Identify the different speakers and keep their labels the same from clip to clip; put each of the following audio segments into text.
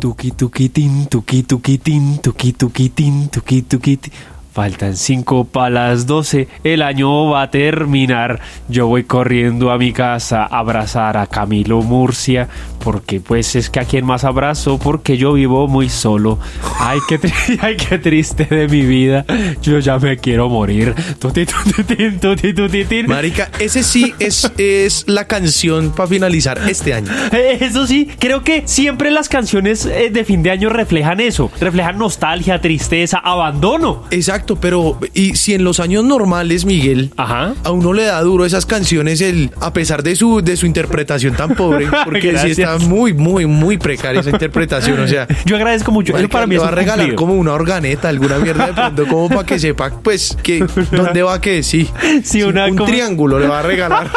Speaker 1: Tuki tuquitín, tuki tuquitín, tuki tuquitín, tuki tuquitín. Faltan cinco para las 12. El año va a terminar. Yo voy corriendo a mi casa a abrazar a Camilo Murcia. Porque pues es que a quien más abrazo. Porque yo vivo muy solo. Ay, qué, tri- ay, qué triste de mi vida. Yo ya me quiero morir. Tuti, tutitín, tuti, tutitín.
Speaker 2: Marica, ese sí es, es la canción para finalizar este año.
Speaker 1: Eh, Eso sí, creo que siempre las canciones eh, de fin de año reflejan eso. Reflejan nostalgia, tristeza, abandono.
Speaker 2: Exacto, pero y si en los años normales, Miguel,
Speaker 1: Ajá.
Speaker 2: a uno le da duro esas canciones, el, a pesar de su, de su interpretación tan pobre, porque sí
Speaker 1: Gracias.
Speaker 2: está muy, muy, muy precaria esa interpretación. O sea,
Speaker 1: Yo agradezco mucho. Eso
Speaker 2: marica,
Speaker 1: para mí
Speaker 2: le
Speaker 1: es
Speaker 2: va a
Speaker 1: un
Speaker 2: regalar
Speaker 1: cumplido.
Speaker 2: como una organeta, alguna mierda de pronto, como para que sepa, pues, que dónde va que sí.
Speaker 1: Sí, una
Speaker 2: un
Speaker 1: como-
Speaker 2: triángulo le va a regalar.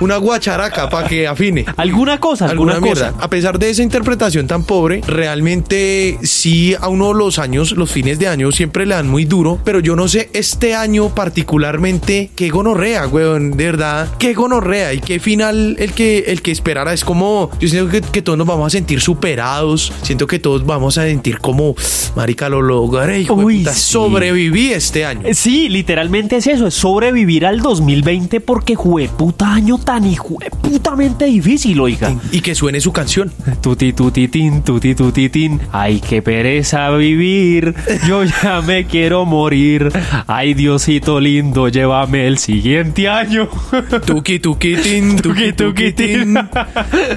Speaker 2: Una guacharaca para que afine.
Speaker 1: Alguna cosa, alguna,
Speaker 2: alguna
Speaker 1: cosa.
Speaker 2: mierda. A pesar de esa interpretación tan pobre, realmente sí a uno los años, los fines de año siempre le dan muy duro, pero yo no sé este año particularmente qué gonorrea, weón, de verdad, qué gonorrea y qué final el que el que esperara es como yo siento que, que todos nos vamos a sentir superados, siento que todos vamos a sentir como marica lo logré, hijo de
Speaker 1: Uy,
Speaker 2: puta,
Speaker 1: sí.
Speaker 2: sobreviví este año.
Speaker 1: Eh, Sí, literalmente es eso, es sobrevivir al 2020 porque jueputa año tan putamente difícil, oiga.
Speaker 2: Y que suene su canción.
Speaker 1: Tuti tutitín, tuti tutitín, ay qué pereza vivir, yo ya me quiero morir, ay Diosito lindo, llévame el siguiente año.
Speaker 2: Tuki tuki tin, tuki tuki tin.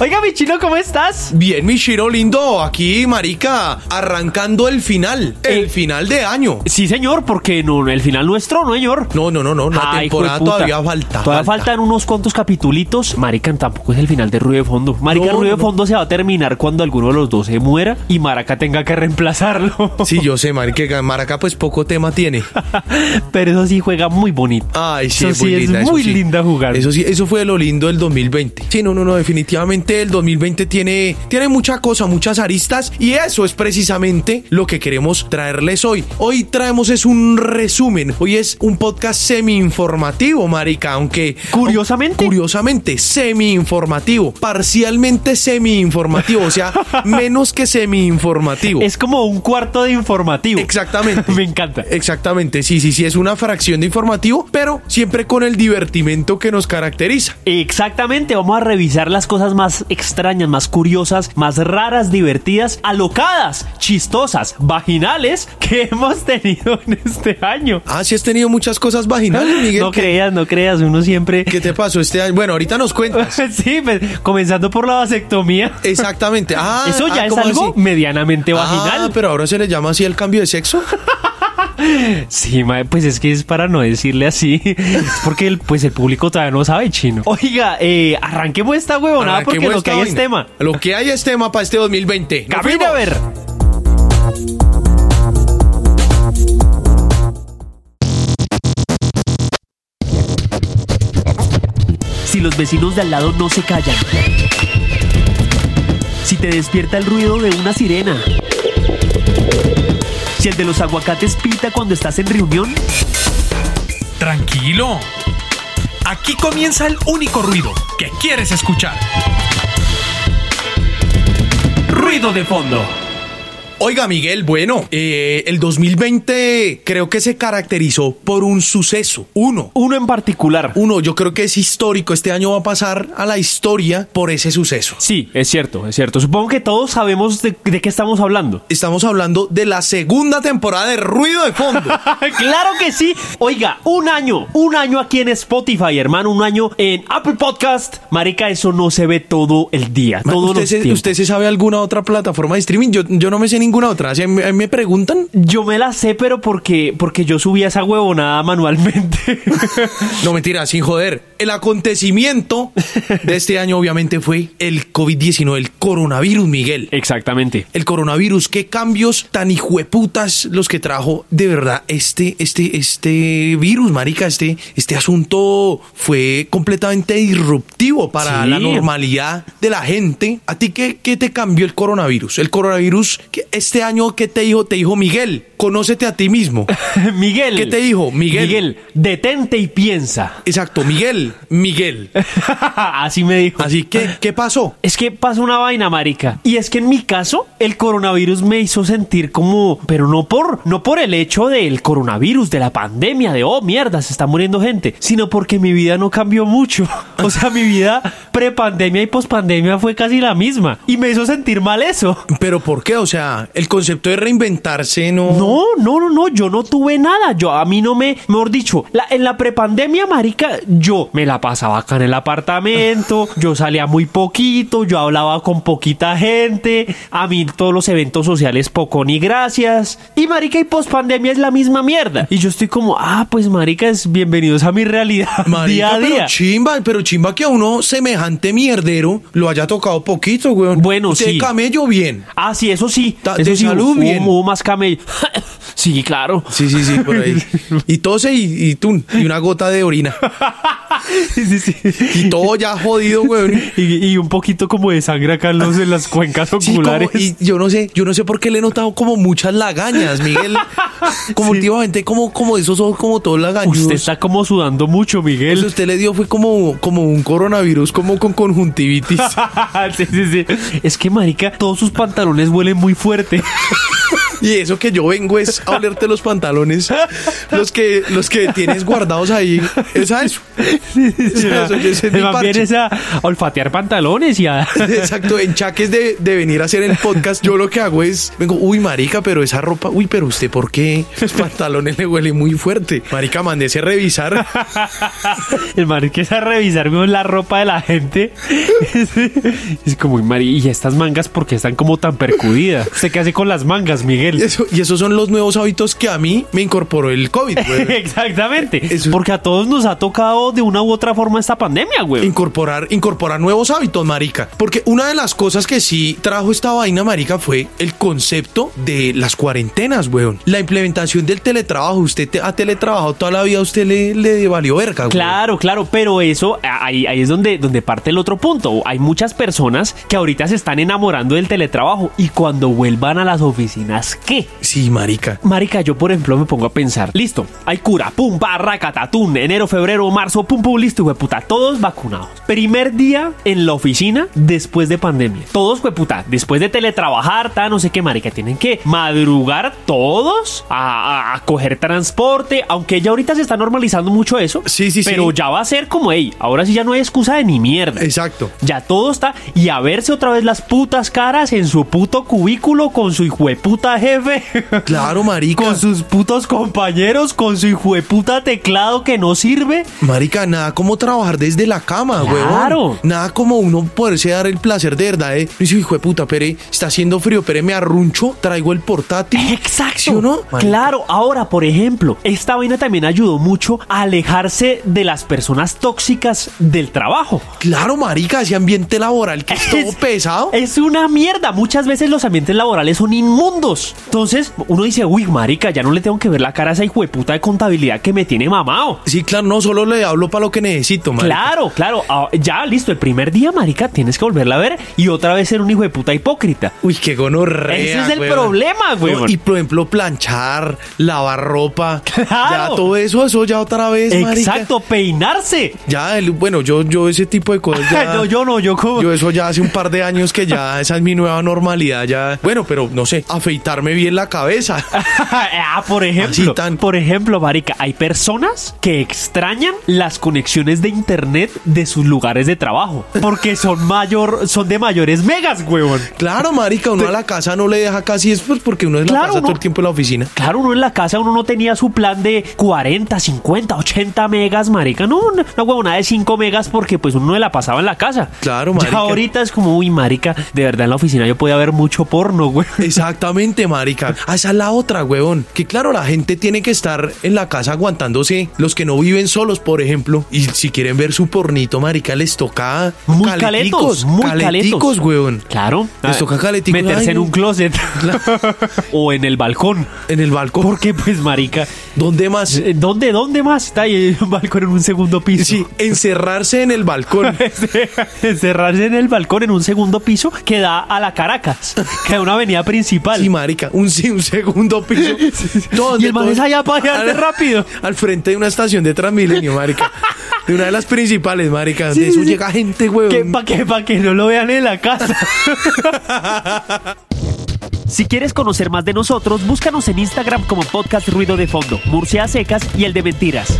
Speaker 1: Oiga, mi chino, ¿cómo estás?
Speaker 2: Bien, mi Shiro lindo, aquí, marica, arrancando el final, el
Speaker 1: Eh.
Speaker 2: final de año.
Speaker 1: Sí, señor, porque no, el final nuestro, ¿no, señor?
Speaker 2: No, no, no, no, la
Speaker 1: Ay,
Speaker 2: temporada
Speaker 1: hijueputa.
Speaker 2: todavía falta.
Speaker 1: Todavía faltan unos cuantos capitulitos. Marica, tampoco es el final de Ruido de Fondo. Marica,
Speaker 2: No,
Speaker 1: Ruido de
Speaker 2: no.
Speaker 1: Fondo se va a terminar cuando alguno de los dos se muera y Maraca tenga que reemplazarlo.
Speaker 2: Sí, yo sé, marica, Maraca pues poco tema tiene.
Speaker 1: Pero eso sí juega muy bonito.
Speaker 2: Ay, sí,
Speaker 1: Eso
Speaker 2: es muy
Speaker 1: sí es
Speaker 2: linda. eso
Speaker 1: muy
Speaker 2: sí.
Speaker 1: linda jugar.
Speaker 2: Eso sí, eso fue de lo lindo del 2020. Sí, no, no, no, definitivamente el 2020 tiene, tiene mucha cosa, muchas aristas y eso es precisamente lo que queremos traerles hoy. Hoy traemos es un resumen, hoy es un podcast semi-informativo, marica, aunque...
Speaker 1: Curiosamente.
Speaker 2: Curiosamente, semi-informativo, parcialmente semi-informativo, o sea, menos que semi-informativo.
Speaker 1: Es como un cuarto de informativo.
Speaker 2: Exactamente.
Speaker 1: Me encanta.
Speaker 2: Exactamente, sí, sí, sí, es una fracción de informativo, pero siempre con el divertimento que nos caracteriza.
Speaker 1: Exactamente, vamos a revisar las cosas más extrañas, más curiosas, más raras, divertidas, alocadas, chistosas, vaginales que hemos tenido en este año.
Speaker 2: Ah, sí has tenido muchas cosas vaginales, Miguel.
Speaker 1: No
Speaker 2: ¿Qué,
Speaker 1: creas, no creas, uno siempre...
Speaker 2: qué te pasó este año? Bueno, ahorita nos cuentas.
Speaker 1: sí, pues, comenzando por la vasectomía.
Speaker 2: Exactamente. Ah,
Speaker 1: Eso ya
Speaker 2: ah,
Speaker 1: es
Speaker 2: ¿cómo
Speaker 1: algo
Speaker 2: así?
Speaker 1: medianamente
Speaker 2: Ah,
Speaker 1: vaginal.
Speaker 2: pero ahora se le llama así el cambio de sexo.
Speaker 1: Sí, mae, pues es que es para no decirle así. Es porque el, pues el público todavía no sabe chino. Oiga, eh, arranquemos esta huevonada porque
Speaker 2: Arranquemos
Speaker 1: lo que
Speaker 2: esta
Speaker 1: hay es
Speaker 2: Ah, vaina.
Speaker 1: tema.
Speaker 2: Lo que hay es tema para este 2020. ¡Nos
Speaker 1: Camina a
Speaker 2: fuimos!
Speaker 1: ver. Si los vecinos de al lado no se callan. Si te despierta el ruido de una sirena. Si el de los aguacates pita cuando estás en reunión.
Speaker 3: Tranquilo. Aquí comienza el único ruido que quieres escuchar. Ruido de fondo.
Speaker 2: Oiga, Miguel, bueno, eh, el 2020 creo que se caracterizó por un suceso. Uno.
Speaker 1: Uno en particular.
Speaker 2: Uno, yo creo que es histórico. Este año va a pasar a la historia por ese suceso.
Speaker 1: Sí, es cierto, es cierto. Supongo que todos sabemos de- de qué estamos hablando.
Speaker 2: Estamos hablando de la segunda temporada de Ruido de Fondo.
Speaker 1: claro que sí. Oiga, un año, un año aquí en Spotify, hermano, un año en Apple Podcast. Marica, eso no se ve todo el día.
Speaker 2: Ma,
Speaker 1: Todos
Speaker 2: ¿Usted,
Speaker 1: los
Speaker 2: se,
Speaker 1: tiempos.
Speaker 2: usted se sabe alguna otra plataforma de streaming? Yo, yo no me sé ninguna otra. Si a mí- a mí me preguntan,
Speaker 1: Yo me la sé, pero porque, porque yo subía esa huevonada manualmente.
Speaker 2: no mentira, sin joder. El acontecimiento de este año obviamente fue el COVID-19, el coronavirus, Miguel.
Speaker 1: Exactamente.
Speaker 2: El coronavirus, qué cambios tan hijueputas los que trajo de verdad este, este, este virus, marica, este, este asunto fue completamente disruptivo para
Speaker 1: Sí.
Speaker 2: la normalidad de la gente. ¿A ti qué, qué te cambió el coronavirus? El coronavirus, que este año, ¿qué te dijo? Te dijo Miguel, conócete a ti mismo.
Speaker 1: Miguel.
Speaker 2: ¿Qué te dijo? Miguel.
Speaker 1: Miguel, detente y piensa.
Speaker 2: Exacto, Miguel, Miguel.
Speaker 1: Así me dijo.
Speaker 2: Así que, ¿qué pasó?
Speaker 1: Es que pasa una vaina, marica. Y es que en mi caso, el coronavirus me hizo sentir como, pero no por, no por el hecho del coronavirus, de la pandemia, de oh mierda, se está muriendo gente, sino porque mi vida no cambió mucho. O sea, mi vida prepandemia y pospandemia fue casi la misma. Y me hizo sentir mal eso.
Speaker 2: Pero ¿por qué? O sea, el concepto de reinventarse no.
Speaker 1: No, no, no, no, yo no tuve nada. Yo a mí no me, mejor dicho, la- en la prepandemia, marica, yo me la pasaba acá en el apartamento, yo salía muy poquito, yo hablaba con poquita gente, a mí todos los eventos sociales poco ni gracias. Y marica, y pospandemia es la misma mierda. Y yo estoy como, ah, pues marica, es bienvenidos a mi realidad
Speaker 2: Marica,
Speaker 1: día a
Speaker 2: pero
Speaker 1: día.
Speaker 2: chimba, pero chimba que a uno semejante mierdero lo haya tocado poquito, weón.
Speaker 1: Bueno,
Speaker 2: Usted
Speaker 1: sí.
Speaker 2: camello bien.
Speaker 1: Ah, sí, eso sí.
Speaker 2: Ta-
Speaker 1: eso
Speaker 2: de
Speaker 1: sí,
Speaker 2: salud,
Speaker 1: hubo-
Speaker 2: bien.
Speaker 1: hubo más camello. sí, claro.
Speaker 2: Sí, sí, sí, por ahí. Y tose y, y tun, y una gota de orina.
Speaker 1: sí, sí, sí.
Speaker 2: Y todo ya jodido, weón.
Speaker 1: Y, y un poquito como de sangre acá en, los- en las cuencas
Speaker 2: Sí, como-
Speaker 1: oculares.
Speaker 2: y yo no sé, yo no sé por qué le he notado como muchas lagañas, Miguel. Como
Speaker 1: Sí.
Speaker 2: últimamente, como, como esos ojos como todos lagaños.
Speaker 1: Usted está como sudando mucho,
Speaker 2: Eso
Speaker 1: Miguel.
Speaker 2: usted le dio fue como, como un coronavirus, como con conjuntivitis.
Speaker 1: sí, sí, sí. Es que, marica, todos sus pantalones huelen muy fuerte.
Speaker 2: y eso que yo vengo es a olerte los pantalones, los que, los que tienes guardados ahí. Esa es. Eso, ese es mi
Speaker 1: Más bien
Speaker 2: parche.
Speaker 1: es a a olfatear pantalones y a...
Speaker 2: Exacto, en chaques de, de venir a hacer el podcast, yo lo que hago es, vengo, uy, marica, pero esa ropa, uy, pero usted, ¿por qué? Los pantalones le huelen muy fuerte. Marica, mandése revisar.
Speaker 1: El marica es a revisar weón, la ropa de la gente. es como, "Uy, mari, y estas mangas porque están como tan percudidas. ¿Usted qué hace con las mangas,
Speaker 2: Y,
Speaker 1: Miguel?
Speaker 2: eso- y esos son los nuevos hábitos que a mí me incorporó el COVID, güey.
Speaker 1: Exactamente.
Speaker 2: Eso-
Speaker 1: Porque a todos nos ha tocado de una u otra forma esta pandemia, güey.
Speaker 2: Incorporar, incorporar nuevos hábitos, marica. Porque una de las cosas que sí trajo esta vaina, marica, fue el concepto de las cuarentenas, weón. La implementación del teletrabajo. Usted te- ha teletrabajado toda la vida, a usted le, le valió verga, güey.
Speaker 1: Claro, claro, pero eso a- ahí, ahí es donde, donde parte el otro punto. Hay muchas personas que ahorita se están enamorando del teletrabajo y cuando vuelvan a las oficinas, ¿qué?
Speaker 2: Sí, marica.
Speaker 1: Marica, yo por ejemplo me pongo a pensar, listo, hay cura, pum, barraca, tatún, enero, febrero, marzo, pum, pum, listo, hueputa, todos vacunados. Primer día en la oficina después de pandemia. Todos, hueputa, después de teletrabajar, ta, no sé qué, marica, tienen que madrugar todos a, a- a coger transporte, aunque ya ahorita se está normalizando mucho eso.
Speaker 2: Sí, sí, sí.
Speaker 1: Pero ya va a ser como, hey, ahora sí ya no hay excusa de ni mierda.
Speaker 2: Exacto.
Speaker 1: Ya todo está. Y a verse otra vez las putas caras en su puto cubículo con su hijueputa jefe.
Speaker 2: Claro, marica.
Speaker 1: Con sus putos compañeros, con su hijueputa teclado que no sirve.
Speaker 2: Marica, nada como trabajar desde la cama,
Speaker 1: Claro.
Speaker 2: weón. Nada como uno poderse dar el placer de verdad, eh. Dice, hijo de puta, pere, está haciendo frío, pere, me arruncho, traigo el portátil.
Speaker 1: Exacto.
Speaker 2: ¿Sí o no? Marica.
Speaker 1: Claro, ahora, por ejemplo, esta vaina también ayudó mucho a alejarse de las personas tóxicas del trabajo.
Speaker 2: Claro, marica, ese ambiente laboral que es todo
Speaker 1: Es-
Speaker 2: pesado.
Speaker 1: Es una mierda. Muchas veces los ambientes laborales son inmundos. Entonces, uno dice, uy, marica, ya no le tengo que ver la cara a esa hijueputa de contabilidad que me tiene mamado.
Speaker 2: Sí, claro, no solo le hablo para lo que necesito, marica.
Speaker 1: Claro, claro. Ah, Ya, listo. El primer día, marica, tienes que volverla a ver y otra vez ser un hijo de puta hipócrita.
Speaker 2: Uy, qué gonorrea.
Speaker 1: Ese es el
Speaker 2: weón.
Speaker 1: problema, weón.
Speaker 2: No, y por ejemplo, planchar, lavar ropa.
Speaker 1: Claro.
Speaker 2: Ya todo eso, eso ya otra vez, marica.
Speaker 1: Exacto, peinarse.
Speaker 2: Ya, el- bueno, yo, yo ese tipo de cosas ya.
Speaker 1: no, yo no, yo como.
Speaker 2: Yo eso ya hace un par de años que ya esa es mi nueva normalidad ya. Bueno, pero no sé, afeitarme bien la cabeza.
Speaker 1: ah, por ejemplo,
Speaker 2: Así tan-
Speaker 1: por ejemplo, marica, hay personas que extrañan las conexiones de internet de sus lugares de trabajo porque son mayor, son de mayores megas, huevón.
Speaker 2: Claro, marica, uno a la casa no le deja casi es pues porque uno es la
Speaker 1: Claro,
Speaker 2: casa
Speaker 1: uno-
Speaker 2: todo el tiempo en la oficina.
Speaker 1: Claro, uno en la casa, uno no tenía su plan de 40, 50, 80 megas, marica. No, una una huevonada de 5 megas porque pues uno la pasaba en la casa.
Speaker 2: Claro,
Speaker 1: Ya
Speaker 2: marica.
Speaker 1: ahorita es como, uy, marica, de verdad en la oficina yo podía ver mucho porno, güey.
Speaker 2: Exactamente, marica. Ah, esa es la otra, huevón. Que claro, la gente tiene que estar en la casa aguantándose. Los que no viven solos, por ejemplo. Y si quieren ver su pornito, marica, les toca...
Speaker 1: Muy caleticos, muy
Speaker 2: caleticos,
Speaker 1: caletos.
Speaker 2: huevón.
Speaker 1: Claro. Ah,
Speaker 2: Les toca caleticos.
Speaker 1: Meterse
Speaker 2: Ay,
Speaker 1: en un
Speaker 2: no.
Speaker 1: closet. o en el balcón.
Speaker 2: En el balcón.
Speaker 1: Porque, pues, marica,
Speaker 2: ¿Dónde más?
Speaker 1: ¿eh, ¿dónde, dónde más está ahí un balcón en un segundo piso?
Speaker 2: Sí, encerrarse en el balcón.
Speaker 1: Encerrarse en el balcón en un segundo piso que da a la Caracas, que da una avenida principal.
Speaker 2: Sí, marica, un, sí, un segundo piso.
Speaker 1: Y el man es allá para allá, rápido.
Speaker 2: Al frente de una estación de Transmilenio, marica. De una de las principales, marica.
Speaker 1: Sí,
Speaker 2: de eso
Speaker 1: sí, sí.
Speaker 2: llega gente, huevón.
Speaker 1: Que para que, pa' que no lo vean en la casa. Si quieres conocer más de nosotros, búscanos en Instagram como Podcast Ruido de Fondo, Murcia a Secas y el de Mentiras.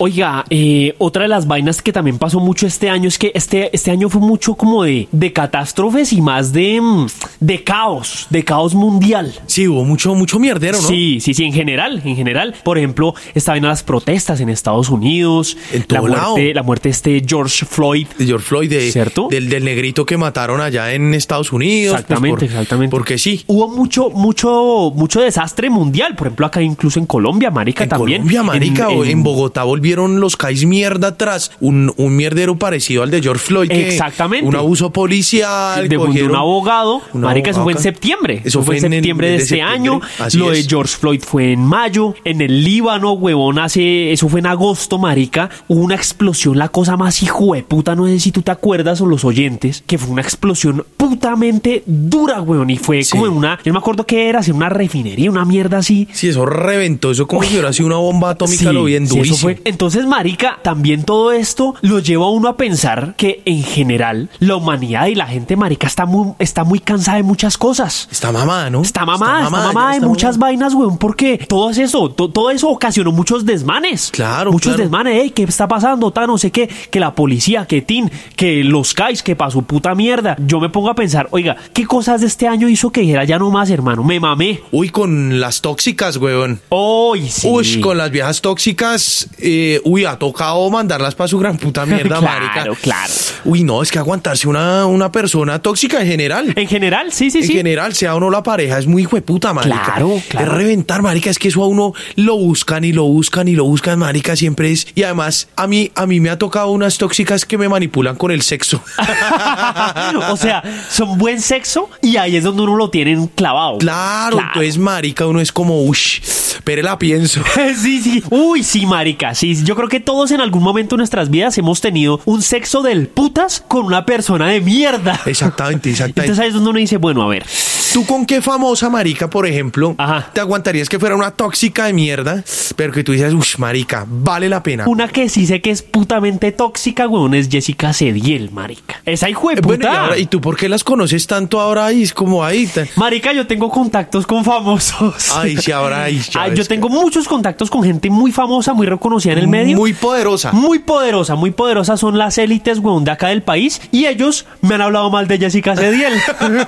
Speaker 1: Oiga, eh, otra de las vainas que también pasó mucho este año es que este, este año fue mucho como de, de catástrofes y más de, mm, de caos, de caos mundial.
Speaker 2: Sí, hubo mucho, mucho mierdero, ¿no?
Speaker 1: Sí, sí, sí, en general, en general. Por ejemplo, estaban las protestas en Estados Unidos,
Speaker 2: En
Speaker 1: la
Speaker 2: todo lado.
Speaker 1: muerte, la muerte de este George Floyd.
Speaker 2: De George Floyd, de-
Speaker 1: ¿Cierto?
Speaker 2: Del, del negrito que mataron allá en Estados Unidos. pues,
Speaker 1: Exactamente,
Speaker 2: por-
Speaker 1: exactamente.
Speaker 2: Porque sí.
Speaker 1: Hubo mucho, mucho, mucho desastre mundial. Por ejemplo, acá incluso en Colombia, marica,
Speaker 2: En
Speaker 1: también.
Speaker 2: Colombia, marica, o en, Bogotá volvieron los CAIS mierda atrás. Un, un mierdero parecido al de George Floyd. que-
Speaker 1: Exactamente.
Speaker 2: Un abuso policial.
Speaker 1: de
Speaker 2: cogieron-
Speaker 1: un abogado,
Speaker 2: un
Speaker 1: marica, eso
Speaker 2: abogado
Speaker 1: fue en
Speaker 2: acá.
Speaker 1: septiembre.
Speaker 2: Eso fue
Speaker 1: en
Speaker 2: en el-
Speaker 1: septiembre de
Speaker 2: de
Speaker 1: este año.
Speaker 2: septiembre, así
Speaker 1: Lo de
Speaker 2: es.
Speaker 1: George Floyd fue en mayo. En el Líbano, huevón, hace. Eso fue en agosto, marica. Hubo una explosión, la cosa más hijo de puta. No sé si tú te acuerdas o los oyentes, que fue una explosión putamente dura, huevón. Y fue como en una. Yo no me acuerdo qué era, si una refinería, una mierda así.
Speaker 2: Sí, eso reventó. Eso como si hubiera sido una bomba atómica,
Speaker 1: Sí,
Speaker 2: lo bien
Speaker 1: sí, eso
Speaker 2: durísimo.
Speaker 1: fue. Entonces, marica, también todo esto lo lleva a uno a pensar que en general la humanidad y la gente marica está muy, está muy cansada de muchas cosas.
Speaker 2: Está mamada, ¿no?
Speaker 1: Está mamada, está mamada,
Speaker 2: ya
Speaker 1: de
Speaker 2: está
Speaker 1: muchas
Speaker 2: mamada.
Speaker 1: vainas, weón, porque todo es eso, to- todo eso ocasionó muchos desmanes.
Speaker 2: Claro,
Speaker 1: Muchos
Speaker 2: claro.
Speaker 1: desmanes, ey, ¿qué está pasando? Ta, no sé qué, que la policía, que TIN, que los CAIs, que pasó puta mierda. Yo me pongo a pensar, oiga, ¿qué cosas de este año hizo que dijera ya no más, hermano? Me mamé.
Speaker 2: Uy, con las tóxicas, weón.
Speaker 1: Uy, sí.
Speaker 2: Uy, con las viejas tóxicas, eh, uy, ha tocado mandarlas para su gran puta mierda,
Speaker 1: Claro,
Speaker 2: marica.
Speaker 1: claro.
Speaker 2: Uy, no, es que aguantarse una, una persona tóxica en general.
Speaker 1: En general, sí, Eh, sí,
Speaker 2: en
Speaker 1: sí.
Speaker 2: general, sea uno la pareja, es muy hueputa, marica.
Speaker 1: Claro, claro.
Speaker 2: Es reventar, marica, es que eso a uno lo buscan y lo buscan y lo buscan, marica, siempre es. Y además, a mí, a mí me ha tocado unas tóxicas que me manipulan con el sexo.
Speaker 1: o sea, son buen sexo y ahí es donde uno lo tienen clavado.
Speaker 2: Claro, entonces, marica, uno es como, ush, pero la pienso.
Speaker 1: Sí, sí. Uy, sí, marica. Sí, yo creo que todos en algún momento de nuestras vidas hemos tenido un sexo del putas con una persona de mierda.
Speaker 2: Exactamente, exactamente.
Speaker 1: Entonces ahí es donde uno dice, bueno, a ver.
Speaker 2: ¿Tú con qué famosa marica, por ejemplo,
Speaker 1: Ajá.
Speaker 2: te aguantarías que fuera una tóxica de mierda, pero que tú dices, uff, marica, vale la pena?
Speaker 1: Una que sí sé que es putamente tóxica, weón, es Jessica Sediel, marica. Esa hijo de
Speaker 2: Eh, Bueno, y,
Speaker 1: puta.
Speaker 2: ahora, ¿y tú por qué las conoces tanto ahora ahí? Es como ahí. ta-
Speaker 1: Marica, yo tengo contactos con famosos.
Speaker 2: Ay, sí, ahora ahí. ya
Speaker 1: Ah,
Speaker 2: ves.
Speaker 1: yo tengo muchos contactos con gente muy famosa, muy reconocida en el medio.
Speaker 2: Muy poderosa.
Speaker 1: Muy poderosa, muy poderosa son las élites, weón, de acá del país. Y ellos me han hablado mal de Jessica Sediel.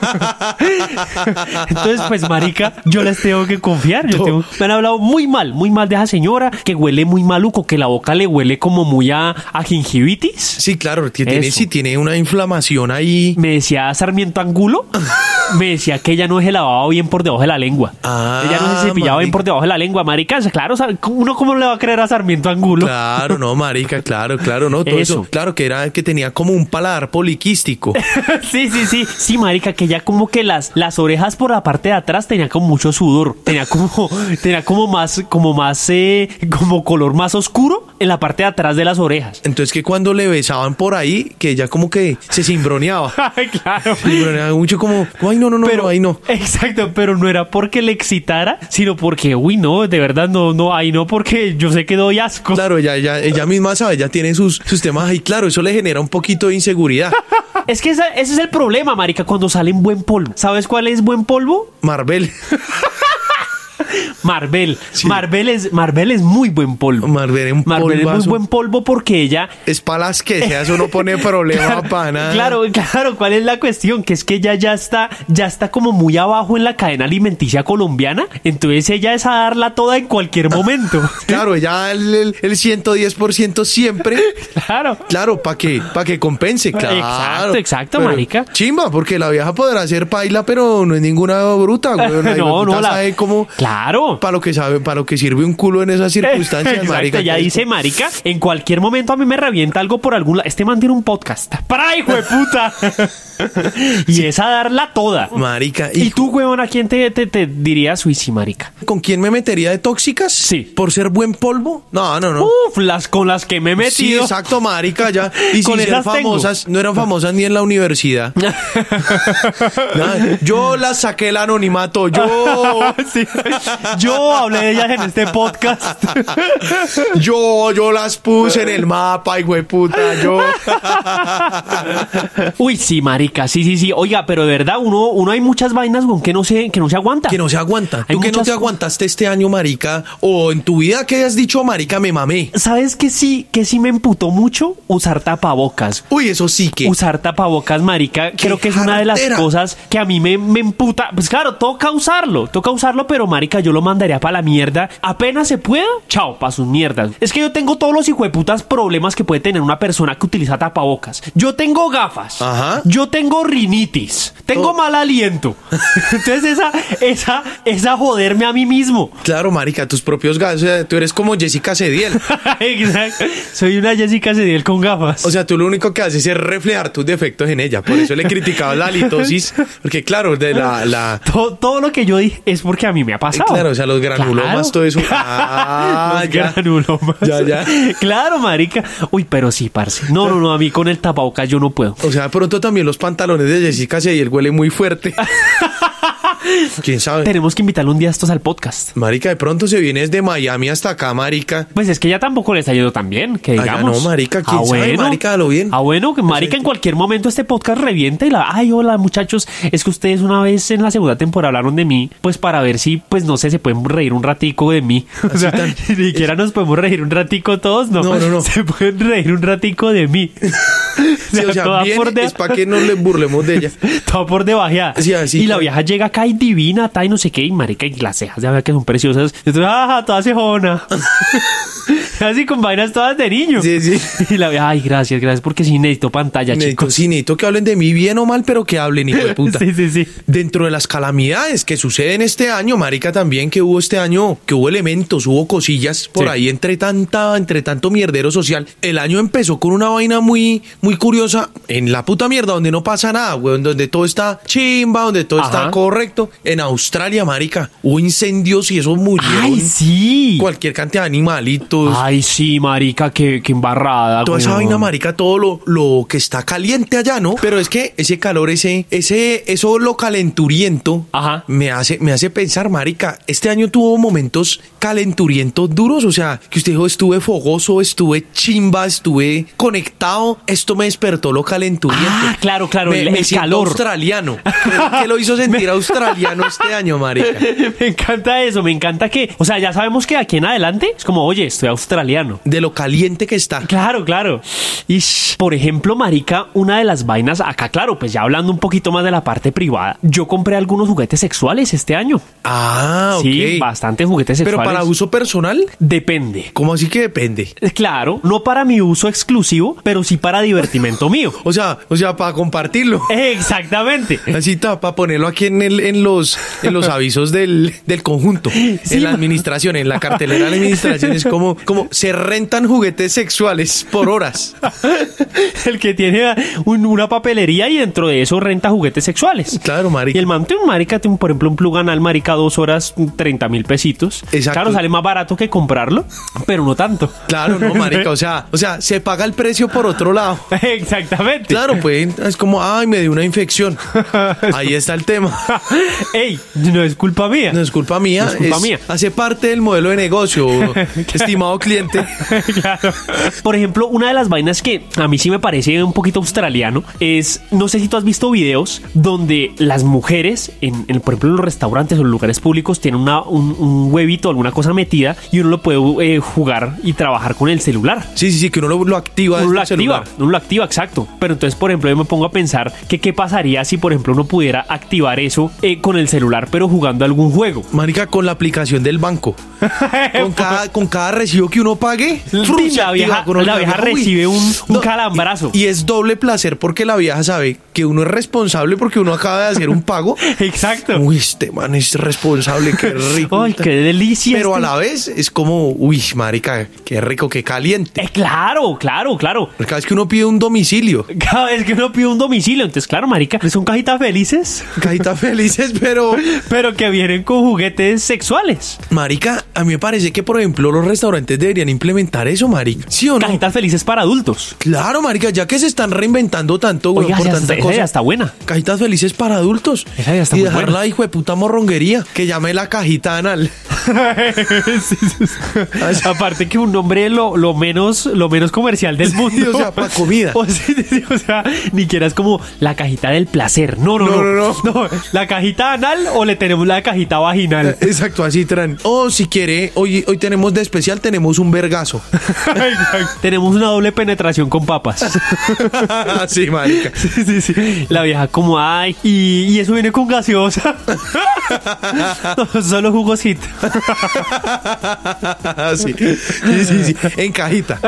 Speaker 1: Entonces, pues, marica, yo les tengo que confiar. Yo tengo- me han hablado muy mal, muy mal de esa señora, que huele muy maluco, que la boca le huele como muy a, a gingivitis.
Speaker 2: Sí, claro, que tiene,
Speaker 1: Eso.
Speaker 2: sí, tiene una inflamación ahí.
Speaker 1: Me decía Sarmiento Angulo, me decía que ella no se lavaba bien por debajo de la lengua.
Speaker 2: Ah,
Speaker 1: ella no se cepillaba bien
Speaker 2: marica.
Speaker 1: por debajo de la lengua, marica. Claro, o sea, uno cómo le va a creer a Sarmiento Angulo.
Speaker 2: Claro, no, marica, claro, claro, no, todo eso.
Speaker 1: Eso.
Speaker 2: Claro, que era que tenía como un paladar poliquístico.
Speaker 1: Sí, sí, sí, sí, marica, que ya como que las, las orejas por la parte de atrás tenía como mucho sudor, tenía como, tenía como más, como más, eh, como color más oscuro en la parte de atrás de las orejas.
Speaker 2: Entonces que cuando le besaban por ahí, que ella como que se cimbroneaba.
Speaker 1: Ay, claro.
Speaker 2: cimbroneaba mucho como, ay, no, no, no, no, ahí no.
Speaker 1: Exacto, pero no era porque le excitara, sino porque, uy, no, de verdad, no, no, ahí no, porque yo sé que doy asco.
Speaker 2: Claro, ella, ella, ella misma sabe, ya tiene sus, sus temas ahí, claro, eso le genera un poquito de inseguridad.
Speaker 1: Es que esa- ese es el problema, marica, cuando sale en buen polvo. ¿Sabes cuál es buen polvo?
Speaker 2: Marvel.
Speaker 1: Marvel. Marvel, es, Marvel es muy buen polvo.
Speaker 2: Marvel es un
Speaker 1: Marvel es muy
Speaker 2: polvazo.
Speaker 1: buen polvo porque ella
Speaker 2: Es para las que sea, eso no pone problema para nada.
Speaker 1: Claro, claro, ¿cuál es la cuestión? Que es que ella ya está, ya está como muy abajo en la cadena alimenticia colombiana, entonces ella es a darla toda en cualquier momento.
Speaker 2: Claro, ya el, el- el 110% siempre.
Speaker 1: claro.
Speaker 2: Claro, para que, pa' que compense, claro.
Speaker 1: Exacto, exacto,
Speaker 2: Pero
Speaker 1: marica.
Speaker 2: Chimba, porque la vieja podrá hacer paila, pero no es ninguna bruta, güey. La
Speaker 1: no, no,
Speaker 2: hijueputa
Speaker 1: la.
Speaker 2: sabe cómo.
Speaker 1: Claro.
Speaker 2: Para lo que sabe, para lo que sirve un culo en esas circunstancias,
Speaker 1: Exacto,
Speaker 2: marica.
Speaker 1: ya
Speaker 2: Entonces,
Speaker 1: dice marica, en cualquier momento a mí me revienta algo por algún lado. Este man tiene un podcast. ¡Para, hijo de puta! y es a darla toda.
Speaker 2: Marica,
Speaker 1: ¿Y,
Speaker 2: ¿y
Speaker 1: tú, huevón, a quién te, te, te dirías, uy, sí, marica?
Speaker 2: con quién me metería de tóxicas?
Speaker 1: Sí.
Speaker 2: ¿Por ser buen polvo? No, no, no.
Speaker 1: Uf, las con las que me he metido.
Speaker 2: Sí, exacto, marica, ya. Y
Speaker 1: Con
Speaker 2: sin ser
Speaker 1: esas tengo.
Speaker 2: famosas, no eran famosas ni en la universidad. Nada, Yo las saqué el anonimato, yo,
Speaker 1: Sí. Yo hablé de ellas en este podcast.
Speaker 2: yo, yo las puse en el mapa, hijo de puta, yo.
Speaker 1: Uy, sí, marica, sí, sí, sí. Oiga, pero de verdad, uno, uno hay muchas vainas con que no se, que no se aguanta.
Speaker 2: Que no se aguanta.
Speaker 1: Hay
Speaker 2: Tú que
Speaker 1: muchas
Speaker 2: no te
Speaker 1: cosas.
Speaker 2: aguantaste este año, marica, o en tu vida que hayas dicho, marica, me mamé.
Speaker 1: ¿Sabes que sí, que sí me emputó mucho? Usar tapabocas.
Speaker 2: Uy, eso sí que.
Speaker 1: Usar tapabocas, marica, creo que es una de las
Speaker 2: jartera.
Speaker 1: cosas que a mí me, me emputa. Pues claro, toca usarlo, toca usarlo, pero marica, yo lo mandaría para la mierda. Apenas se pueda, chao, para sus mierdas. Es que yo tengo todos los hijueputas problemas que puede tener una persona que utiliza tapabocas. Yo tengo gafas,
Speaker 2: Ajá. Oh.
Speaker 1: yo tengo rinitis, tengo mal aliento. Entonces esa, esa, esa joderme a mí mismo.
Speaker 2: Claro, marica, tus propios gases. o sea, Tú eres como Jessica Cediel.
Speaker 1: Exacto. Soy una Jessica Sediel con gafas.
Speaker 2: O sea, tú lo único que haces es reflejar tus defectos en ella. Por eso le criticaba la litosis. Porque, claro, de la. la
Speaker 1: todo, todo lo que yo dije es porque a mí me ha pasado.
Speaker 2: claro, o sea, los granulomas, todo eso. Ah,
Speaker 1: los
Speaker 2: ya.
Speaker 1: granulomas.
Speaker 2: Ya, ya.
Speaker 1: Claro, marica. Uy, pero sí, parce. No, no, no, a mí con el tapabocas yo no puedo.
Speaker 2: O sea, pronto también los pantalones de Jessica Cediel huele muy fuerte. Quién sabe.
Speaker 1: Tenemos que invitarle un día a estos al podcast.
Speaker 2: Marica, de pronto se viene desde Miami hasta acá, Marica.
Speaker 1: Pues es que ya tampoco le está yendo tan bien, que
Speaker 2: ya
Speaker 1: digamos.
Speaker 2: no, marica, quién sabe, marica, a lo bien.
Speaker 1: Ah, bueno, que marica, en cualquier momento este podcast revienta y la... Ay, hola, muchachos, es que ustedes una vez en la segunda temporada hablaron de mí, pues para ver si, pues no sé, se pueden reír un ratico de mí. O sea,
Speaker 2: tan-
Speaker 1: ni siquiera nos podemos reír un ratico todos, no.
Speaker 2: No, no, no.
Speaker 1: Se pueden reír un ratico de mí.
Speaker 2: Sí, o sea,
Speaker 1: toda
Speaker 2: viene,
Speaker 1: por de-
Speaker 2: es para que no le burlemos de ella.
Speaker 1: Todo por debajeada.
Speaker 2: Sí, así,
Speaker 1: y la
Speaker 2: claro.
Speaker 1: vieja llega acá y divina, tal, y no sé qué, y marica, y las cejas ya ve que son preciosas. Y tú, ah, toda cejona. así con vainas todas de niño.
Speaker 2: Sí, sí.
Speaker 1: Y la vieja, ay, gracias, gracias, porque sí necesito pantalla,
Speaker 2: Necesito,
Speaker 1: chicos.
Speaker 2: sí, necesito que hablen de mí bien o mal, pero que hablen, hijo de puta.
Speaker 1: Sí, sí, sí.
Speaker 2: Dentro de las calamidades que suceden este año, marica, también que hubo este año, que hubo elementos, hubo cosillas por
Speaker 1: Sí.
Speaker 2: ahí entre tanta, entre tanto mierdero social. El año empezó con una vaina muy, muy curiosa en la puta mierda, donde no pasa nada, weón, donde todo está chimba, donde todo
Speaker 1: Ajá.
Speaker 2: está correcto. En Australia, marica, hubo incendios y eso murieron.
Speaker 1: Ay, sí.
Speaker 2: Cualquier cantidad de animalitos.
Speaker 1: Ay, sí, marica, qué, qué embarrada.
Speaker 2: Toda esa
Speaker 1: weón.
Speaker 2: vaina, marica, todo lo, lo que está caliente allá, ¿no? Pero es que ese calor, ese, ese, eso lo calenturiento
Speaker 1: Ajá.
Speaker 2: me hace, me hace pensar, marica, este año tuvo momentos calenturientos duros. O sea, que usted dijo, estuve fogoso, estuve chimba, estuve conectado. Esto me despertó lo calenturiento.
Speaker 1: Ah, claro, claro,
Speaker 2: Me,
Speaker 1: el-
Speaker 2: me
Speaker 1: el
Speaker 2: siento
Speaker 1: calor.
Speaker 2: australiano. ¿Qué lo hizo sentir australiano este año, marica?
Speaker 1: me encanta eso, me encanta que, o sea, ya sabemos que de aquí en adelante es como, oye, estoy australiano.
Speaker 2: De lo caliente que está.
Speaker 1: Claro, claro. Y por ejemplo, marica, una de las vainas acá, claro, pues ya hablando un poquito más de la parte privada, yo compré algunos juguetes sexuales este año.
Speaker 2: Ah, ok.
Speaker 1: Sí, bastantes juguetes
Speaker 2: Pero
Speaker 1: sexuales.
Speaker 2: para uso personal,
Speaker 1: depende. Eh,
Speaker 2: ¿cómo así que depende?
Speaker 1: Claro, no para mi uso exclusivo, pero sí para divertimento mío.
Speaker 2: O sea, o sea, para compartirlo.
Speaker 1: Exactamente.
Speaker 2: Así para ponerlo aquí en, el, en, los, en los avisos del, del conjunto,
Speaker 1: Sí,
Speaker 2: en la
Speaker 1: ma-
Speaker 2: administración, en la cartelera de la administración. Es como, como se rentan juguetes sexuales por horas.
Speaker 1: El que tiene un- una papelería y dentro de eso renta juguetes sexuales.
Speaker 2: Claro, marica.
Speaker 1: Y el man tiene un marica, tiene un- por ejemplo, un plug anal marica dos horas, 30 mil pesitos.
Speaker 2: Exacto.
Speaker 1: Claro, sale más barato que comprarlo, pero no tanto.
Speaker 2: Claro, no, marica. O sea, o sea, se paga el precio por otro lado.
Speaker 1: Exactamente.
Speaker 2: Claro, pues es como, ay, me dio una infección. Ahí está el tema.
Speaker 1: Ey, no es culpa mía.
Speaker 2: No es culpa mía.
Speaker 1: No es culpa mía.
Speaker 2: Hace parte del modelo de negocio, estimado cliente.
Speaker 1: claro. Por ejemplo, una de las vainas que a mí sí me parece un poquito australiano es, no sé si tú has visto videos donde las mujeres, en, en, por ejemplo, en los restaurantes o en lugares públicos, tienen una, un, un huevito, alguna cosa metida y uno lo puede eh, jugar y trabajar con el celular.
Speaker 2: Sí, sí, sí, que uno lo, lo activa.
Speaker 1: Uno
Speaker 2: desde
Speaker 1: lo
Speaker 2: el este celular.
Speaker 1: activa, uno lo activa, exacto. Pero entonces, por ejemplo, yo me pongo a pensar que qué pasaría si, por ejemplo, uno pudiera activar eso eh, con el celular, pero jugando algún juego.
Speaker 2: Marica, con la aplicación del banco. con, cada, con cada recibo que uno pague,
Speaker 1: Tim, la vieja,
Speaker 2: con el
Speaker 1: la vieja
Speaker 2: cambio. Uy.
Speaker 1: recibe un, un
Speaker 2: No,
Speaker 1: calambrazo.
Speaker 2: Y es doble placer porque la vieja sabe que uno es responsable porque uno acaba de hacer un pago.
Speaker 1: Exacto.
Speaker 2: Uy, este man es responsable, qué rico.
Speaker 1: Ay, qué delicia.
Speaker 2: Pero a
Speaker 1: este-
Speaker 2: la vez es como, uy, marica, qué rico, qué caliente.
Speaker 1: Eh, claro, claro, claro.
Speaker 2: Cada vez que uno pide un domicilio,
Speaker 1: Cada vez que uno pide un domicilio, entonces, claro, marica, son cajitas felices,
Speaker 2: cajitas felices, pero
Speaker 1: pero que vienen con juguetes sexuales.
Speaker 2: marica, a mí me parece que por ejemplo los restaurantes deberían implementar eso, marica. ¿Sí o no?
Speaker 1: Cajitas felices para adultos.
Speaker 2: Claro, marica, ya que se están reinventando tanto, güey,
Speaker 1: Oiga,
Speaker 2: por
Speaker 1: esa,
Speaker 2: tanta
Speaker 1: esa
Speaker 2: cosa.
Speaker 1: idea está buena.
Speaker 2: Cajitas felices para adultos.
Speaker 1: Esa ya está
Speaker 2: y
Speaker 1: muy
Speaker 2: dejar
Speaker 1: buena.
Speaker 2: la hijo de puta morronguería, que llame la cajita anal.
Speaker 1: Sí, sí, sí. Aparte que un nombre lo, lo menos lo menos comercial del mundo.
Speaker 2: o sea, pa' comida.
Speaker 1: O sea, sí, sí, o sea, ni que eras como la cajita del placer. No, no, no.
Speaker 2: No, no,
Speaker 1: la cajita anal o le tenemos la cajita vaginal.
Speaker 2: Exacto, así tran. O si quiere, hoy, hoy tenemos de especial, tenemos un vergazo.
Speaker 1: tenemos una doble penetración con papas.
Speaker 2: sí, marica.
Speaker 1: Sí, sí, sí. La vieja como, ay, y, y eso viene con gaseosa. No, solo jugosito.
Speaker 2: sí. sí, sí, sí. En cajita.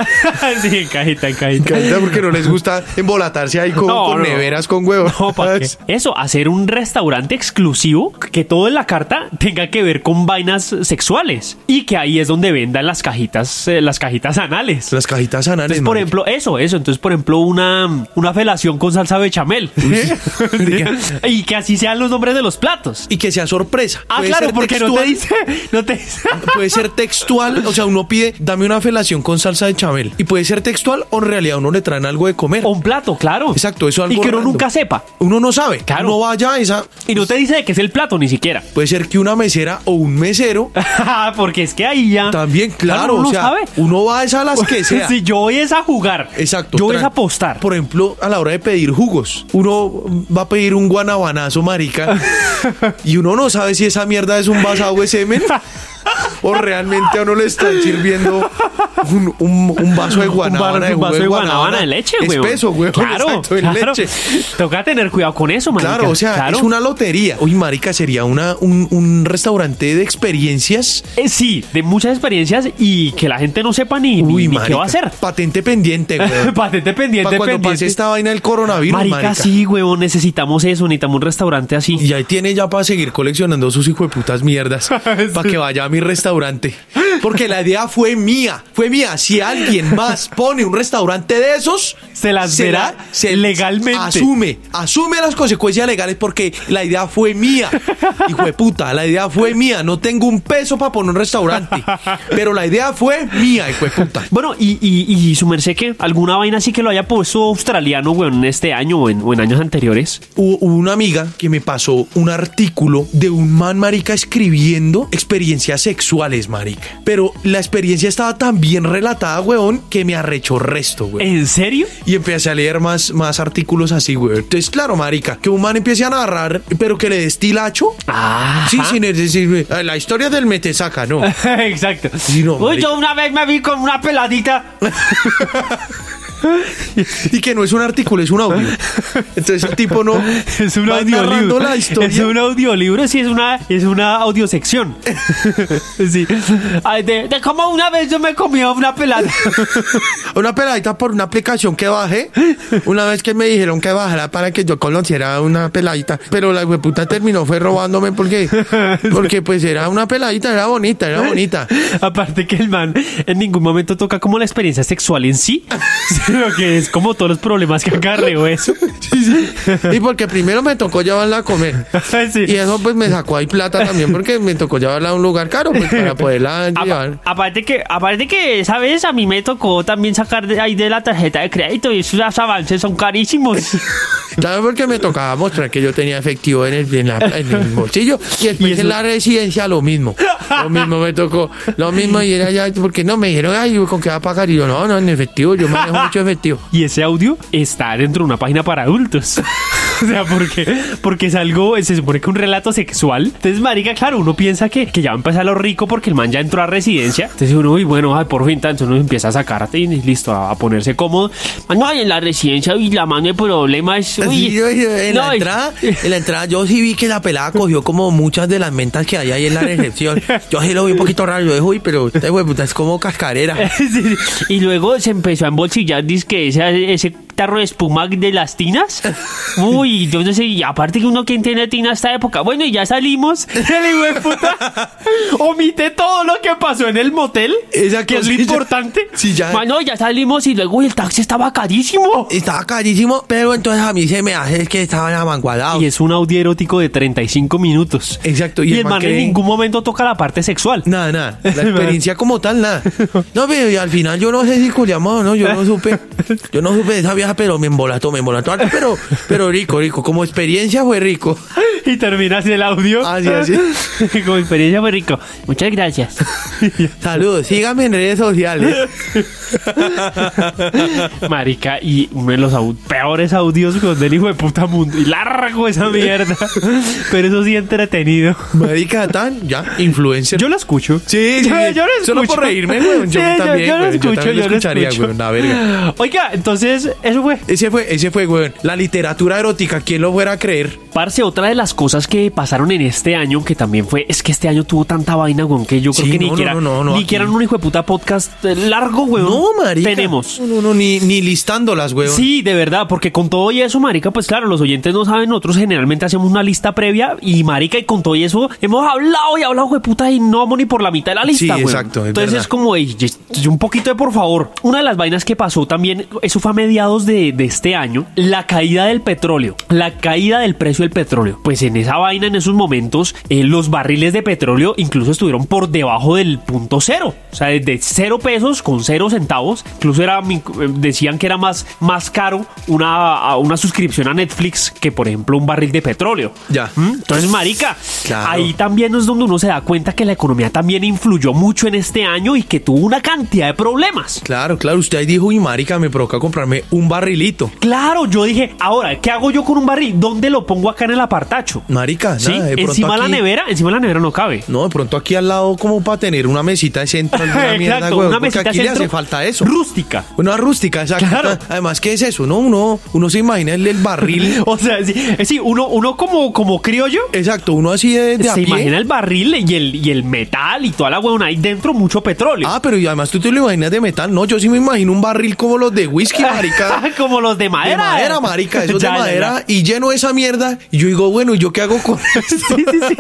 Speaker 1: sí, en cajita, en cajita.
Speaker 2: Cajita porque no les gusta embolatarse ahí con,
Speaker 1: No,
Speaker 2: con
Speaker 1: no.
Speaker 2: neveras, con huevos.
Speaker 1: No, ¿pa' qué? Eso, hacer un restaurante exclusivo que todo en la carta tenga que ver con vainas sexuales y que ahí es donde vendan las cajitas, eh, las cajitas anales.
Speaker 2: Las cajitas anales,
Speaker 1: Entonces, por
Speaker 2: marica.
Speaker 1: ejemplo, eso, eso. Entonces, por ejemplo, una, una felación con salsa bechamel. y que así sean los nombres de los platos.
Speaker 2: Y que sea sorpresa.
Speaker 1: Ah,
Speaker 2: Puede
Speaker 1: claro,
Speaker 2: ser
Speaker 1: porque no te
Speaker 2: textual,
Speaker 1: dice, no te dice.
Speaker 2: Puede ser textual, o sea, uno pide, dame una felación con salsa de chamel. Y puede ser textual o en realidad uno le traen algo de comer.
Speaker 1: O un plato, claro.
Speaker 2: Exacto, eso es
Speaker 1: Y
Speaker 2: algo
Speaker 1: que uno
Speaker 2: random.
Speaker 1: nunca sepa.
Speaker 2: Uno no sabe.
Speaker 1: Claro.
Speaker 2: Uno vaya a esa.
Speaker 1: Y no te dice de qué es el plato ni siquiera. Ah,
Speaker 2: Puede ser que una mesera o un mesero
Speaker 1: Porque es que ahí ya.
Speaker 2: también, claro.
Speaker 1: uno
Speaker 2: o
Speaker 1: no
Speaker 2: sea,
Speaker 1: sabe.
Speaker 2: uno va a esa a las que sea.
Speaker 1: Si yo voy es a jugar.
Speaker 2: Exacto.
Speaker 1: Yo voy es
Speaker 2: tra-
Speaker 1: a apostar.
Speaker 2: Por ejemplo, a la hora de pedir jugos, uno va a pedir un guanabanazo, marica, y uno no sabe si esa mierda es un vasado de semen o realmente a uno le están sirviendo un, un- un vaso de
Speaker 1: un,
Speaker 2: guanabana.
Speaker 1: bar- un vaso
Speaker 2: jugo
Speaker 1: de guanabana de leche, güey.
Speaker 2: Espeso, güey.
Speaker 1: Claro,
Speaker 2: exacto, en
Speaker 1: claro.
Speaker 2: leche.
Speaker 1: Toca tener cuidado con eso, man.
Speaker 2: Claro, o sea, es una lotería. Uy, marica, sería una, un, un restaurante de experiencias.
Speaker 1: Eh, sí, de muchas experiencias y que la gente no sepa ni, ni-
Speaker 2: Uy,
Speaker 1: ni
Speaker 2: marica.
Speaker 1: qué va a hacer.
Speaker 2: Patente pendiente, güey.
Speaker 1: Patente pendiente,
Speaker 2: Para cuando pase
Speaker 1: pendiente.
Speaker 2: esta vaina del coronavirus,
Speaker 1: marica,
Speaker 2: marica.
Speaker 1: sí, weón, necesitamos eso, necesitamos un restaurante así.
Speaker 2: Y ahí tiene ya para seguir coleccionando sus hijo de putas mierdas.
Speaker 1: Ah,
Speaker 2: Para que vaya a mi restaurante. Porque la idea fue mía. Fue mía. Si alguien más pone un restaurante de esos,
Speaker 1: Se las verá legalmente.
Speaker 2: Asume. Asume las consecuencias legales porque la idea fue mía. Hijo de puta, la idea fue mía. No tengo un peso para poner un restaurante. Pero la idea fue mía, hijo de puta.
Speaker 1: Bueno, y, y, y su merced que alguna vaina así que lo haya puesto australiano, weón, en este año o en, o en años anteriores.
Speaker 2: Hubo hubo una amiga que me pasó un artículo de un man marica escribiendo experiencias sexuales, marica. Pero la experiencia estaba tan bien relatada, weón, que me arrechó resto, weón.
Speaker 1: ¿En serio?
Speaker 2: Y empecé a leer más, más artículos así, weón. Entonces, claro, marica, que un man empiece a narrar, pero que le destilacho.
Speaker 1: Ah.
Speaker 2: Sí, sin es decir, "Ah, la historia del metesaca, no.
Speaker 1: Exacto.
Speaker 2: Sí, no,
Speaker 1: Uy,
Speaker 2: marica.
Speaker 1: yo una vez me vi con una peladita.
Speaker 2: Y que no es un artículo, es un audio. Entonces el tipo no.
Speaker 1: Es un
Speaker 2: va narrando
Speaker 1: audiolibro.
Speaker 2: la historia.
Speaker 1: Es un audiolibro, sí, es una, es una audiosección. sí. Ay, de, de cómo una vez yo me comí a una peladita.
Speaker 2: Una peladita por una aplicación que bajé. Una vez que me dijeron que bajara para que yo conociera a una peladita. Pero la hueputa terminó fue robándome porque, porque pues era una peladita, era bonita, era bonita.
Speaker 1: Aparte que el man en ningún momento toca como la experiencia sexual en sí, sino que es como todos los problemas que acarreó eso.
Speaker 2: Y porque primero me tocó llevarla a comer.
Speaker 1: Sí.
Speaker 2: Y eso pues me sacó ahí plata también porque me tocó llevarla a un lugar caro pues, para poderla
Speaker 1: Apa-
Speaker 2: llevar.
Speaker 1: aparte que, aparte que, ¿sabes? A mí me tocó también sacar de ahí de la tarjeta de crédito y esos avances son carísimos.
Speaker 2: ¿Sabes por qué me tocaba mostrar que yo tenía efectivo en el, en la- en el bolsillo? Y después en la residencia lo mismo. Lo mismo me tocó. Lo mismo y era ya, porque no, me dijeron, ay, ¿con qué va a pagar? Y yo, no, no, en efectivo, yo manejo mucho efectivo.
Speaker 1: Y ese audio está dentro de una página para adultos. o sea, porque, porque es algo, se supone que un relato sexual. Entonces, marica, claro, uno piensa que, que ya va a empezar lo rico porque el man ya entró a residencia. Entonces uno, uy, bueno, ay, por fin, tan, entonces uno empieza a sacarte y listo, a, a ponerse cómodo. Ah, No, en la residencia, y la mano de problemas. Uy,
Speaker 4: Sí, yo- yo- en,
Speaker 1: no,
Speaker 4: la
Speaker 1: es-
Speaker 4: entrada, en la entrada yo sí vi que la pelada cogió como muchas de las mentas que hay ahí en la recepción. Yo sí lo vi un poquito raro, yo dije, uy, pero este puta es como cascarera.
Speaker 1: Sí, sí. y luego se empezó a embolsillar dizque ese, ese tarro de espuma de las tinas. Uy, yo no sé, y aparte que uno que tiene tina a esta época. Bueno, y ya salimos. El hijo de puta omite todo lo que pasó en el motel.
Speaker 4: Esa
Speaker 1: que es lo
Speaker 4: cosilla.
Speaker 1: importante.
Speaker 4: Sí, ya.
Speaker 1: Bueno, ya salimos y luego uy, el taxi estaba carísimo.
Speaker 4: Estaba carísimo, pero entonces a mí se me hace que estaban amangualados.
Speaker 1: Y es un audio erótico de 35 minutos.
Speaker 2: Exacto,
Speaker 1: Y,
Speaker 2: y el
Speaker 1: el
Speaker 2: man
Speaker 1: man en
Speaker 2: cree-
Speaker 1: ningún momento toca la parte sexual.
Speaker 2: Nada, nada. La
Speaker 1: Man.
Speaker 2: experiencia como tal, nada.
Speaker 4: No, pero y al final yo no sé si culiamos o no, yo no supe. Yo no supe de esa vieja, pero me embolató, me embolató harto, pero, pero rico, rico. Como experiencia fue rico.
Speaker 1: Y termina así el audio.
Speaker 2: Así, así.
Speaker 1: Como experiencia muy rico. Muchas gracias.
Speaker 4: Saludos, síganme en redes sociales.
Speaker 1: Marica, y uno de los au- peores audios weón, del hijo de puta mundo. Y largo esa mierda. Pero eso sí entretenido.
Speaker 2: Marica, tan, ya, influencer.
Speaker 1: Yo lo escucho.
Speaker 2: Sí, sí,
Speaker 1: yo,
Speaker 2: sí.
Speaker 1: yo lo escucho.
Speaker 2: Solo por reírme, weón, yo
Speaker 1: Sí,
Speaker 2: también,
Speaker 1: yo, lo
Speaker 2: weón, yo
Speaker 1: escucho, yo,
Speaker 2: también lo
Speaker 1: lo
Speaker 2: escucharía,
Speaker 1: escucho.
Speaker 2: weón, la verga.
Speaker 1: Oiga, entonces, eso fue.
Speaker 2: Ese fue, ese fue, weón. La literatura erótica, ¿quién lo fuera a creer?
Speaker 1: Parce, otra de las cosas que pasaron en este año, que también fue, es que este año tuvo tanta vaina, weón, que yo creo
Speaker 4: Sí,
Speaker 1: que ni
Speaker 4: no, no,
Speaker 1: siquiera
Speaker 4: no, no, no,
Speaker 1: ni
Speaker 4: aquí-
Speaker 1: siquiera un hijo de puta podcast eh, largo, weón.
Speaker 4: No, marica.
Speaker 1: Tenemos.
Speaker 2: No, no, no, ni, ni listándolas, weón.
Speaker 1: Sí, de verdad, porque con todo y eso, marica, pues claro, los oyentes no saben, nosotros generalmente hacemos una lista previa y marica, y con todo y eso hemos hablado y hablado, de puta, y no vamos ni por la mitad de la lista,
Speaker 2: Sí,
Speaker 1: weón.
Speaker 2: exacto, es
Speaker 1: Entonces
Speaker 2: verdad.
Speaker 1: es como, ey, y- un poquito de por favor. Una de las vainas que pasó también, eso fue a mediados de, de este año, la caída del petróleo, la caída del precio del petróleo. Pues en esa vaina, en esos momentos, eh, los barriles de petróleo incluso estuvieron por debajo del punto cero, o sea, desde cero pesos con cero centavos. Incluso era, mi- eh, decían que era más, más caro una, a una suscripción a Netflix que, por ejemplo, un barril de petróleo.
Speaker 2: Ya.
Speaker 1: ¿Mm? Entonces, marica,
Speaker 4: Claro.
Speaker 1: ahí también es donde uno se da cuenta que la economía también influyó mucho en este año y que tuvo una cantidad de problemas.
Speaker 2: Claro, claro, usted ahí dijo, uy, marica, me provoca comprarme un barrilito.
Speaker 1: Claro, yo dije, ahora, ¿qué hago yo con un barril? ¿Dónde lo pongo acá en el apartacho?
Speaker 2: Marica,
Speaker 1: ¿Sí?
Speaker 2: nada, de pronto
Speaker 1: Encima de la
Speaker 2: aquí-
Speaker 1: nevera, encima de la nevera no cabe.
Speaker 2: No, de pronto aquí al lado como para tener una mesita de centro, alguna mierda,
Speaker 1: Exacto,
Speaker 2: weón,
Speaker 1: una
Speaker 2: porque
Speaker 1: mesita
Speaker 2: aquí le
Speaker 1: centro
Speaker 2: hace falta eso.
Speaker 1: Rústica.
Speaker 2: Una rústica, exacto.
Speaker 1: Claro.
Speaker 2: Además, ¿qué es eso? No, uno, uno se imagina el, el barril.
Speaker 1: O sea, sí, eh, sí, uno, uno como, como criollo.
Speaker 2: exacto, uno así de, de a
Speaker 1: se
Speaker 2: pie.
Speaker 1: imagina el barril y el, y el metal y toda la huevona ahí dentro mucho petróleo.
Speaker 2: Ah, pero y además tú te lo imaginas de metal. No, yo sí me imagino un barril como los de whisky, marica.
Speaker 1: como los de madera.
Speaker 2: De madera, marica, eso es de
Speaker 1: Ya, ya, ya.
Speaker 2: madera y lleno de esa mierda. Y yo digo, bueno, ¿y yo qué hago con esto?
Speaker 1: Sí, sí,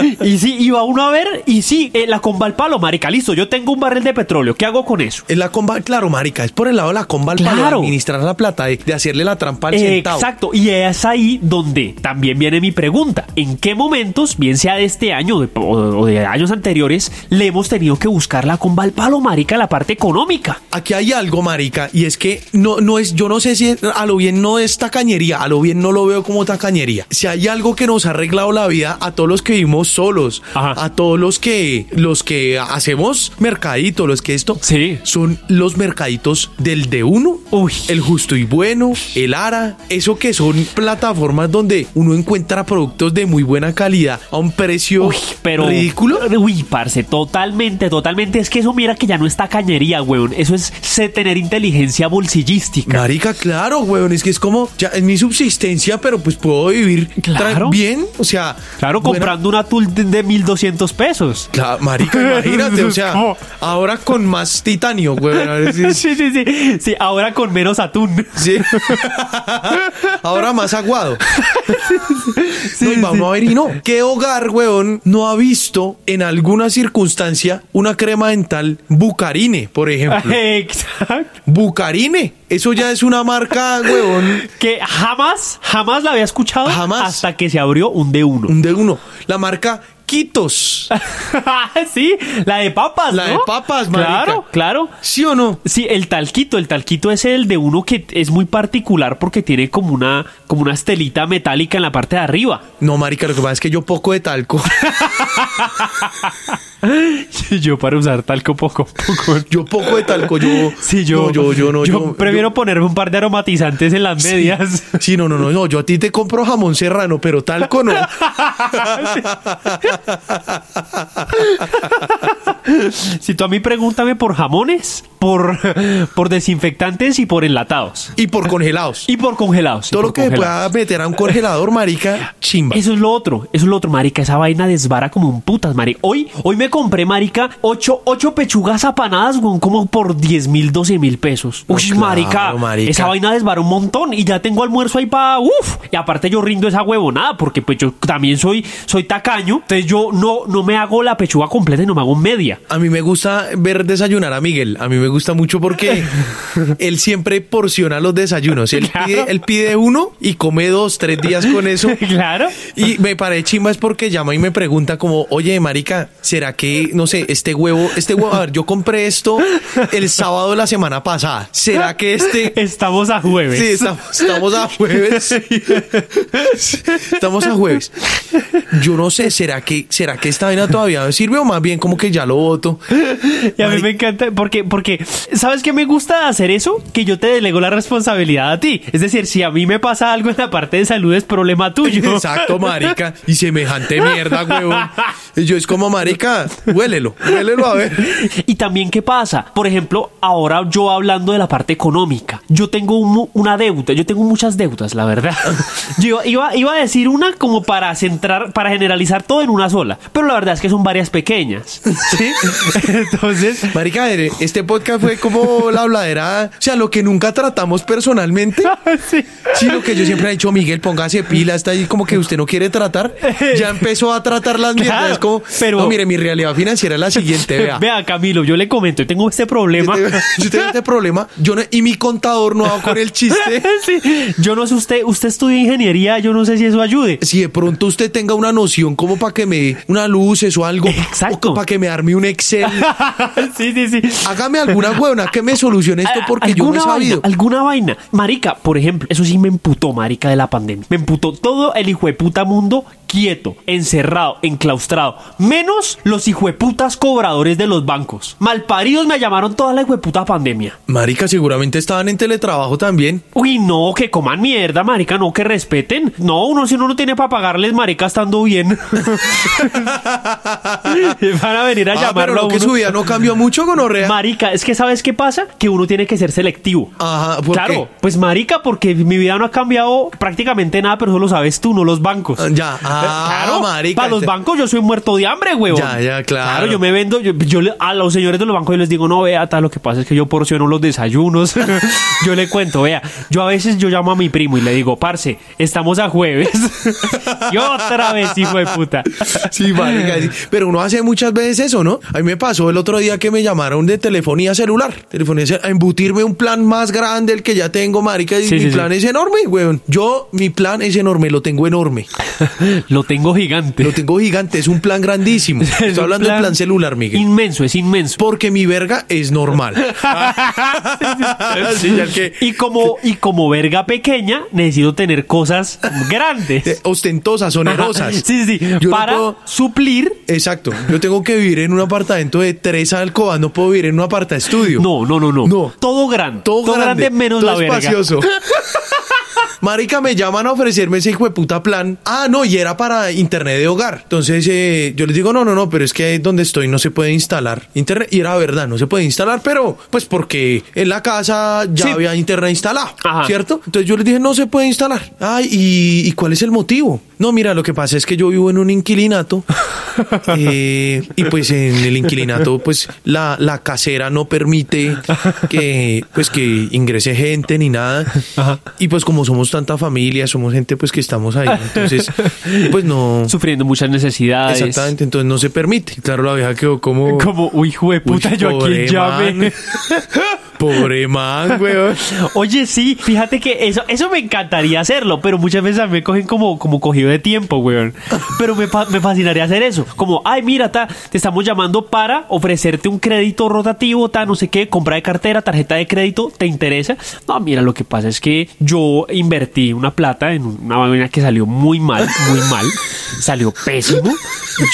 Speaker 1: sí. y sí, iba uno a ver, y sí, eh, la comba al palo, marica, listo, yo tengo un barril de petróleo, ¿qué hago con eso?
Speaker 2: Es la comba, claro, marica, es por el lado de la comba al palo, de
Speaker 1: Claro.
Speaker 2: administrar la plata, de, de hacerle la trampa al
Speaker 1: Eh,
Speaker 2: centavo.
Speaker 1: Exacto, y es ahí donde también viene mi pregunta. ¿En qué momentos, bien sea de este año de- o, o de años anteriores, le hemos tenido que buscar la comba al palo, marica, la parte económica?
Speaker 2: Aquí hay algo, marica, y es que no, no es, yo no sé si a lo bien no es tacañería, a lo bien no lo veo como tacañería. Si hay algo que nos ha arreglado la vida a todos los que vivimos solos,
Speaker 1: Ajá.
Speaker 2: a todos los que, los que hacemos mercadito, los que esto,
Speaker 1: Sí.
Speaker 2: son los mercaditos del de uno,
Speaker 1: Uy.
Speaker 2: el justo y bueno, el ara, eso que son plataformas donde uno encuentra productos de muy buena calidad a un precio
Speaker 1: Uy, pero.
Speaker 2: ridículo.
Speaker 1: Uy, parce, totalmente, totalmente. Es que eso, mira que ya no está cañería, weón. Eso es sé tener inteligencia bolsillística.
Speaker 2: Marica, claro, weón, es que es como, ya es mi subsistencia, pero pues puedo vivir tra-
Speaker 1: Claro.
Speaker 2: bien, o sea...
Speaker 1: Claro,
Speaker 2: buena-
Speaker 1: comprando una tul de, de 1200 pesos.
Speaker 2: Cla- marica, imagínate, o sea,
Speaker 1: ¿Cómo?
Speaker 2: ahora con más titanio, weón, a ver si-
Speaker 1: Sí, sí, sí. Sí, ahora con menos atún.
Speaker 2: sí. ahora más aguado.
Speaker 1: Sí, sí,
Speaker 2: no, y vamos
Speaker 1: sí.
Speaker 2: a ver y no. ¿Qué hogar, weón, no ha visto en alguna circunstancia una crema dental Bucarine, por ejemplo?
Speaker 1: Exacto.
Speaker 2: Bucarine. Eso ya es una marca, weón,
Speaker 1: Que jamás, jamás la había escuchado
Speaker 2: Jamás.
Speaker 1: hasta que se abrió un D1.
Speaker 2: un de uno. La marca Quitos.
Speaker 1: sí, la de papas,
Speaker 2: La
Speaker 1: ¿no?
Speaker 2: de papas, marica.
Speaker 1: Claro, claro.
Speaker 2: ¿Sí o no?
Speaker 1: Sí, el talquito, el talquito es el de uno que es muy particular porque tiene como una, como una estelita metálica en la parte de arriba.
Speaker 2: No, marica, lo que pasa es que yo poco de talco.
Speaker 1: Sí, yo para usar talco poco, poco.
Speaker 2: Yo poco de talco, yo.
Speaker 1: Sí, yo,
Speaker 2: no, yo, yo no,
Speaker 1: yo prefiero ponerme un par de aromatizantes en las medias.
Speaker 2: yo- Sí, no, no, no, no. Yo a ti te compro jamón serrano, pero talco no.
Speaker 1: Si tú a mí pregúntame por jamones, por, por desinfectantes y por enlatados.
Speaker 2: Y por congelados.
Speaker 1: Y por congelados. y
Speaker 2: Todo
Speaker 1: por
Speaker 2: lo que se
Speaker 1: congelados.
Speaker 2: pueda meter a un congelador, marica, chimba.
Speaker 1: Eso es lo otro, eso es lo otro, marica. Esa vaina desvara como un putas, marica. Hoy, hoy me compré, marica, ocho, ocho pechugas apanadas, weón, como por 10 mil, 12 mil pesos. Uy,
Speaker 2: claro,
Speaker 1: marica,
Speaker 2: marica.
Speaker 1: Esa vaina desvara un montón y ya tengo almuerzo ahí para. Uf. Y aparte yo rindo esa huevonada, porque pues yo también soy, soy tacaño. Entonces yo no, no me hago la pechuga completa y no me hago media.
Speaker 2: A mí me gusta ver desayunar a Miguel. A mí me gusta mucho porque él siempre porciona los desayunos. Él,
Speaker 1: Claro.
Speaker 2: pide, él pide uno y come dos, tres días con eso.
Speaker 1: claro.
Speaker 2: Y me parece chimba es porque llama y me pregunta como, oye, marica, ¿será que, no sé, este huevo, este huevo, a ver, yo compré esto el sábado de la semana pasada. ¿Será que este...
Speaker 1: Estamos a jueves.
Speaker 2: Sí, estamos, estamos a jueves. Estamos a jueves. Yo no sé, ¿será que, ¿será que esta vaina todavía me sirve o más bien como que ya lo voto?
Speaker 1: Y a mí me encanta, porque, porque, ¿sabes qué me gusta de hacer eso? Que yo te delego la responsabilidad a ti. Es decir, si a mí me pasa algo en la parte de salud, es problema tuyo.
Speaker 2: Exacto, marica. Y semejante mierda, huevón. Y yo es como, marica, huélelo, huélelo a ver.
Speaker 1: Y también, ¿qué pasa? Por ejemplo, ahora yo hablando de la parte económica, yo tengo un mu- una deuda, yo tengo muchas deudas, la verdad. Yo iba- iba, iba a decir una como para centrar, para generalizar todo en una sola, pero la verdad es que son varias pequeñas. ¿sí? Entonces,
Speaker 2: Marica, eh, este podcast fue como la habladera, o sea, lo que nunca tratamos personalmente.
Speaker 1: sí.
Speaker 2: Sí, lo que yo siempre he dicho, Miguel, póngase pila, está ahí como que usted no quiere tratar. Ya empezó a tratar las mierdas.
Speaker 1: Claro,
Speaker 2: es como,
Speaker 1: pero-
Speaker 2: no, mire, mi realidad financiera es la siguiente, vea.
Speaker 1: Vea, Camilo, yo le comento, yo tengo este
Speaker 2: Yo
Speaker 1: problema.
Speaker 2: tengo, yo tengo este problema, yo no- y mi contador no va con el chiste.
Speaker 1: Sí. Yo no sé usted, usted estudia ingeniería, yo no sé si eso ayude.
Speaker 2: Si de pronto usted tenga una noción como para que me dé una luz o algo,
Speaker 1: Exacto.
Speaker 2: para que me arme un Excel,
Speaker 1: sí, sí, sí. Ah,
Speaker 2: hágame alguna huevona que me solucione esto porque yo no he
Speaker 1: ¿Alguna
Speaker 2: sabido.
Speaker 1: vaina, alguna vaina. Marica, por ejemplo, eso sí me emputó, marica, de la pandemia. Me emputó todo el hijo de puta mundo quieto, encerrado, enclaustrado. Menos los hijo de putas cobradores de los bancos. Malparidos me llamaron toda la hijo de puta pandemia.
Speaker 2: Marica, seguramente estaban en teletrabajo también.
Speaker 1: Uy, no, que coman mierda, marica, no, que respeten. No, uno si uno no tiene para pagarles, marica, estando bien. Van a venir a
Speaker 2: Ah,
Speaker 1: llamarlo
Speaker 2: pero
Speaker 1: a
Speaker 2: lo que
Speaker 1: uno.
Speaker 2: su vida no cambió mucho, gonorrea.
Speaker 1: Marica, es que ¿sabes qué pasa? Que uno tiene que ser selectivo.
Speaker 2: Ajá, Ah, ¿por
Speaker 1: Claro,
Speaker 2: qué?
Speaker 1: pues marica, porque mi vida no ha cambiado prácticamente nada, pero eso lo sabes tú, no los bancos. Eh,
Speaker 2: Ah, ya. Ah,
Speaker 1: claro,
Speaker 2: marica,
Speaker 1: Para los
Speaker 2: este-
Speaker 1: bancos yo soy muerto de hambre, huevón.
Speaker 2: Ya, ya, claro.
Speaker 1: Claro, yo me vendo, yo, yo le- a los señores de los bancos yo les digo, no, vea, tal, lo que pasa es que yo porciono los desayunos. yo le cuento, vea, yo a veces yo llamo a mi primo y le digo, parce, estamos a jueves. y otra vez, hijo de puta.
Speaker 2: Sí, marica, sí. Pero uno hace muchas veces eso, ¿no? A mí me pasó el otro día que me llamaron de telefonía celular. Telefonía celular, a embutirme un plan más grande el que ya tengo, marica. Y
Speaker 1: Sí,
Speaker 2: mi
Speaker 1: sí, sí.
Speaker 2: plan es enorme, weón. Yo, mi plan es enorme, lo tengo enorme.
Speaker 1: Lo tengo gigante.
Speaker 2: Lo tengo gigante, es un plan grandísimo.
Speaker 1: Es
Speaker 2: Estoy
Speaker 1: un
Speaker 2: hablando del plan celular, Miguel.
Speaker 1: Inmenso, es inmenso.
Speaker 2: Porque mi verga es normal. Sí, ya que-
Speaker 1: y como y como verga pequeña necesito tener cosas
Speaker 2: Eh,
Speaker 1: grandes
Speaker 2: Ostentosas, onerosas.
Speaker 1: sí sí sí,
Speaker 2: Yo no
Speaker 1: para
Speaker 2: puedo-
Speaker 1: suplir
Speaker 2: Exacto. Yo tengo que vivir en un apartamento de tres alcobas. No puedo vivir en un aparta estudio.
Speaker 1: no no no no,
Speaker 2: No.
Speaker 1: todo grande
Speaker 2: Todo, grande,
Speaker 1: menos
Speaker 2: todo
Speaker 1: la verga
Speaker 2: espacioso. Marica, me llaman a ofrecerme ese hijo de puta plan. Ah, no, y era para internet de hogar. Entonces eh, yo les digo, no, no, no, pero es que ahí donde estoy no se puede instalar internet. Y era verdad, no se puede instalar, pero pues porque en la casa ya
Speaker 1: Sí.
Speaker 2: había internet instalado,
Speaker 1: Ajá.
Speaker 2: ¿cierto? Entonces yo les dije, no se puede instalar. Ay, ¿y, y cuál es el motivo? No, mira, lo que pasa es que yo vivo en un inquilinato eh, y pues en el inquilinato pues la, la casera no permite que pues que ingrese gente ni nada y pues como somos tanta familia, somos gente pues que estamos ahí, entonces pues no...
Speaker 1: Sufriendo muchas necesidades.
Speaker 2: Exactamente, entonces no se permite. Claro, la vieja quedó como...
Speaker 1: Como, uy, hijo de puta,
Speaker 2: Uy,
Speaker 1: yo a quién
Speaker 2: pobre
Speaker 1: llame.
Speaker 2: man. Pobre man, weón.
Speaker 1: Oye, sí, fíjate que eso, eso me encantaría hacerlo, pero muchas veces a mí me cogen como, como cogido de tiempo, weón. Pero me, fa- me fascinaría hacer eso. Como, ay, mira, ta, te estamos llamando para ofrecerte un crédito rotativo, ta, no sé qué, compra de cartera, tarjeta de crédito, ¿te interesa? No, mira, lo que pasa es que yo invertí una plata en una vaina que salió muy mal, muy mal, salió pésimo.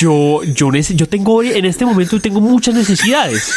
Speaker 1: Yo, yo, nece- yo tengo, en este momento tengo muchas necesidades.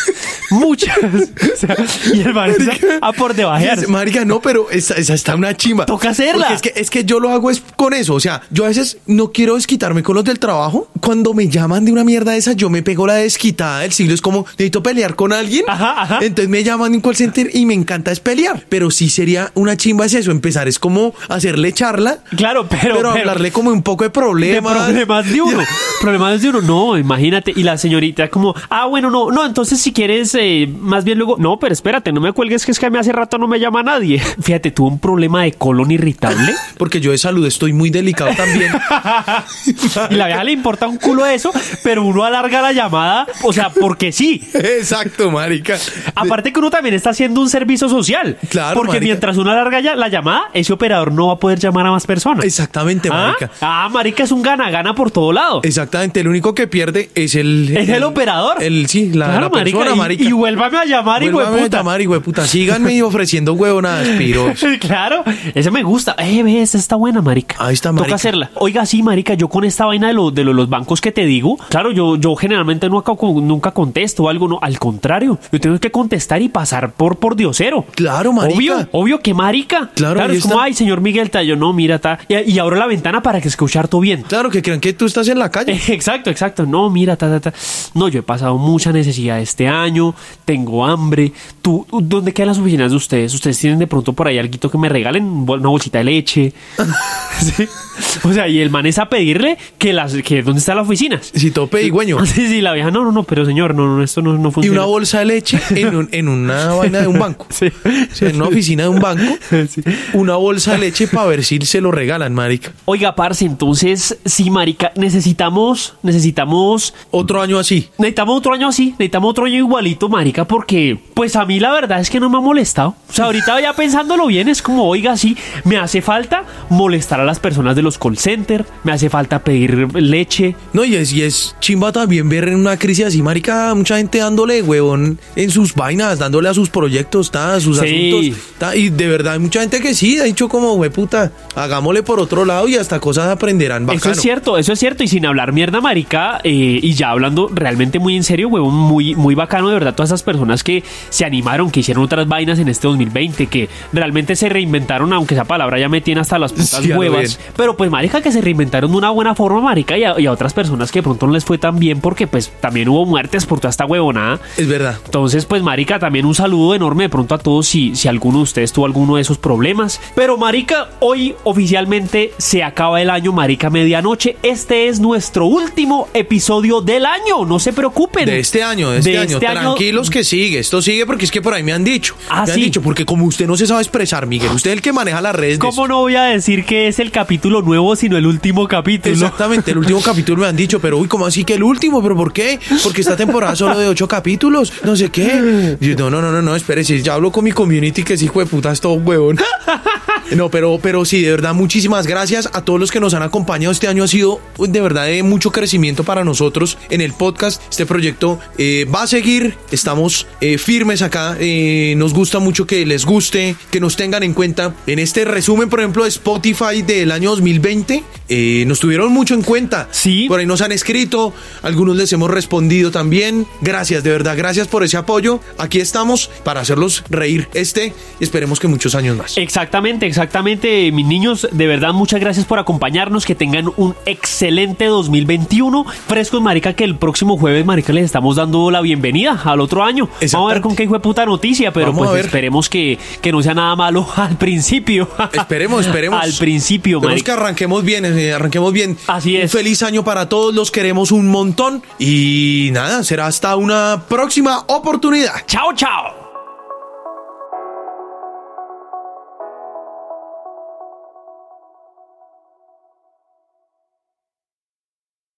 Speaker 1: Muchas. O sea, y el man está a por debajear.
Speaker 2: Dice, Marica, no, pero esa, esa está una chimba.
Speaker 1: Toca hacerla.
Speaker 2: Porque Es que, es que yo lo hago es con eso. O sea, yo a veces no quiero desquitarme con los del trabajo. Cuando me llaman de una mierda de esa, yo me pego la desquitada del siglo. Es como, necesito pelear con alguien.
Speaker 1: Ajá, ajá.
Speaker 2: Entonces me llaman de un call center y me encanta es pelear. Pero sí sería una chimba es eso. Empezar es como hacerle charla.
Speaker 1: Claro, pero-
Speaker 2: Pero,
Speaker 1: pero-
Speaker 2: hablarle como un poco de
Speaker 1: De
Speaker 2: problemas.
Speaker 1: problemas de uno. problemas de uno. No, imagínate. Y la señorita como, ah, bueno, no, no, entonces si quieres, eh, más bien luego. No, pero espérate, no me cuelgues que es que a mí hace rato no me llama nadie. Fíjate, tuvo un problema de colon irritable.
Speaker 2: Porque yo de salud estoy muy delicado también.
Speaker 1: y la vieja le importa un culo eso, pero uno alarga la llamada, o sea, porque sí.
Speaker 2: Exacto, marica.
Speaker 1: Aparte que uno también está haciendo un servicio social.
Speaker 2: Claro,
Speaker 1: Porque
Speaker 2: marica.
Speaker 1: mientras uno alarga ya la llamada, ese operador no va a poder llamar a más personas.
Speaker 2: Exactamente,
Speaker 1: ¿Ah?
Speaker 2: marica. Eh,
Speaker 1: Ah, marica es un gana-gana por todo lado.
Speaker 2: Exactamente, el único que pierde es el...
Speaker 1: Es el, operador.
Speaker 2: El, sí, la,
Speaker 1: Claro,
Speaker 2: la persona,
Speaker 1: y-
Speaker 2: marica.
Speaker 1: Y, vuélvame a llamar, hijo de
Speaker 2: Vuélvame a
Speaker 1: puta.
Speaker 2: llamar, hijo de puta. Síganme ofreciendo huevonadas, piros.
Speaker 1: Claro, ese me gusta. Eh, ve, esa está buena, marica.
Speaker 2: Ahí está,
Speaker 1: Toca
Speaker 2: marica.
Speaker 1: hacerla. Oiga, sí, marica, yo con esta vaina de, lo- de lo- los bancos que te digo, claro, yo, yo generalmente nunca, nunca contesto o algo, no. Al contrario, yo tengo que contestar y pasar por, por diosero.
Speaker 2: Claro, marica.
Speaker 1: Obvio, obvio que marica.
Speaker 2: Claro, ahí
Speaker 1: es como,
Speaker 2: está.
Speaker 1: ay, señor Miguel, ta, yo no, mira, ta. Y, y abro la ventana para que escuchar todo bien.
Speaker 2: Claro, que crean que tú estás en la
Speaker 1: Eh,
Speaker 2: calle.
Speaker 1: Exacto, exacto. No, mira, ta, ta, ta. No, yo he pasado mucha necesidad este año. Tengo hambre. ¿Tú, dónde quedan las oficinas de ustedes? ¿Ustedes tienen de pronto por ahí algo que me regalen? Un bol- Una bolsita de leche. Sí. O sea, y el man es a pedirle que las, que dónde están las oficinas.
Speaker 2: Si tope y güeño.
Speaker 1: Sí, sí, la vieja, no, no, no, pero señor, no, no, esto no, no
Speaker 2: Y
Speaker 1: funciona.
Speaker 2: una bolsa de leche en, un- en una vaina de un banco.
Speaker 1: Sí.
Speaker 2: O sea, en una oficina de un banco. Una bolsa de leche para ver si se lo regalan, marica.
Speaker 1: Oiga, parce, entonces, sí, marica, necesitamos, necesitamos
Speaker 2: Otro año así.
Speaker 1: Necesitamos otro año así, necesitamos otro año igualito, marica, porque pues a mí la verdad es que no me ha molestado. O sea, ahorita ya pensándolo bien, es como, oiga, sí, me hace falta molestar a las personas de los call center, me hace falta pedir leche.
Speaker 2: No, y es, y es chimba también ver en una crisis así, marica, mucha gente dándole, huevón, en sus vainas, dándole a sus proyectos, ta, a sus
Speaker 1: Sí.
Speaker 2: asuntos. ta, y de verdad, hay mucha gente que sí, ha dicho como, güey, puta, hagámosle por otro lado y hasta cosas aprenderán bacano.
Speaker 1: Eso es cierto, eso es cierto. Y sin hablar mierda, marica, eh, y ya hablando realmente muy en serio, huevón, muy, muy bacano de verdad todas esas personas que se animaron, que hicieron otras vainas en este 2020, que realmente se reinventaron, aunque esa palabra ya me tiene hasta las putas
Speaker 2: Sí, a lo
Speaker 1: huevas. Pero pues, marica, que se reinventaron de una buena forma, marica, y a, y a otras personas que de pronto no les fue tan bien porque pues también hubo muertes por toda esta huevonada.
Speaker 2: Es verdad.
Speaker 1: Entonces, pues, Marica, también un saludo enorme de pronto a todos si, si alguno de ustedes tuvo alguno de esos problemas. Pero, Marica, hoy oficialmente se acaba el año, Marica Medianoche. Este es nuestro último episodio del año, no se preocupen.
Speaker 2: De este año, de este, año. Tranquilos que sigue. Esto sigue porque es que por ahí me han dicho.
Speaker 1: Ah,
Speaker 2: me
Speaker 1: sí.
Speaker 2: han dicho, porque como usted no se sabe expresar, Miguel, usted es el que maneja las redes. de
Speaker 1: ¿Cómo no voy a decir que es el capítulo nuevo, sino el último capítulo?
Speaker 2: Exactamente, el último capítulo me han dicho, pero uy, ¿cómo así que el último? ¿Pero por qué? Porque esta temporada solo de ocho capítulos, no sé qué. Y yo, no, no, no, no, no, espérese, ya hablo con mi community que es hijo de puta, es todo huevón. No, pero, pero sí, de verdad, muchísimas gracias a todos los que nos han acompañado. Este año ha sido de verdad de mucho crecimiento para nosotros en el podcast. Este proyecto eh, va a seguir, estamos eh, firmes acá. eh, nos gusta mucho que les guste, que nos tengan en cuenta. En este resumen, por ejemplo, de Spotify del año 2020, eh, nos tuvieron mucho en cuenta.
Speaker 1: Sí.
Speaker 2: Por ahí nos han escrito, algunos les hemos respondido también. Gracias, de verdad, gracias por ese apoyo. Aquí estamos para hacerlos reír este y esperemos que muchos años más.
Speaker 1: Exactamente, exactamente, mis niños, de verdad, muchas gracias por acompañarnos. Que tengan un excelente 2021. Frescos, marica, que el próximo jueves, marica, les estamos dando la bienvenida al otro año. Vamos a ver
Speaker 2: Exactamente.
Speaker 1: con qué hijo de puta noticia, pero
Speaker 2: Vamos a
Speaker 1: pues
Speaker 2: ver.
Speaker 1: esperemos que, que no sea nada malo al principio.
Speaker 2: Esperemos, esperemos.
Speaker 1: Al principio,
Speaker 2: Esperemos
Speaker 1: marica.
Speaker 2: que arranquemos bien, eh, arranquemos bien.
Speaker 1: Así es.
Speaker 2: Un feliz año para todos, los queremos un montón. Y nada, será hasta una próxima oportunidad.
Speaker 1: Chao, chao.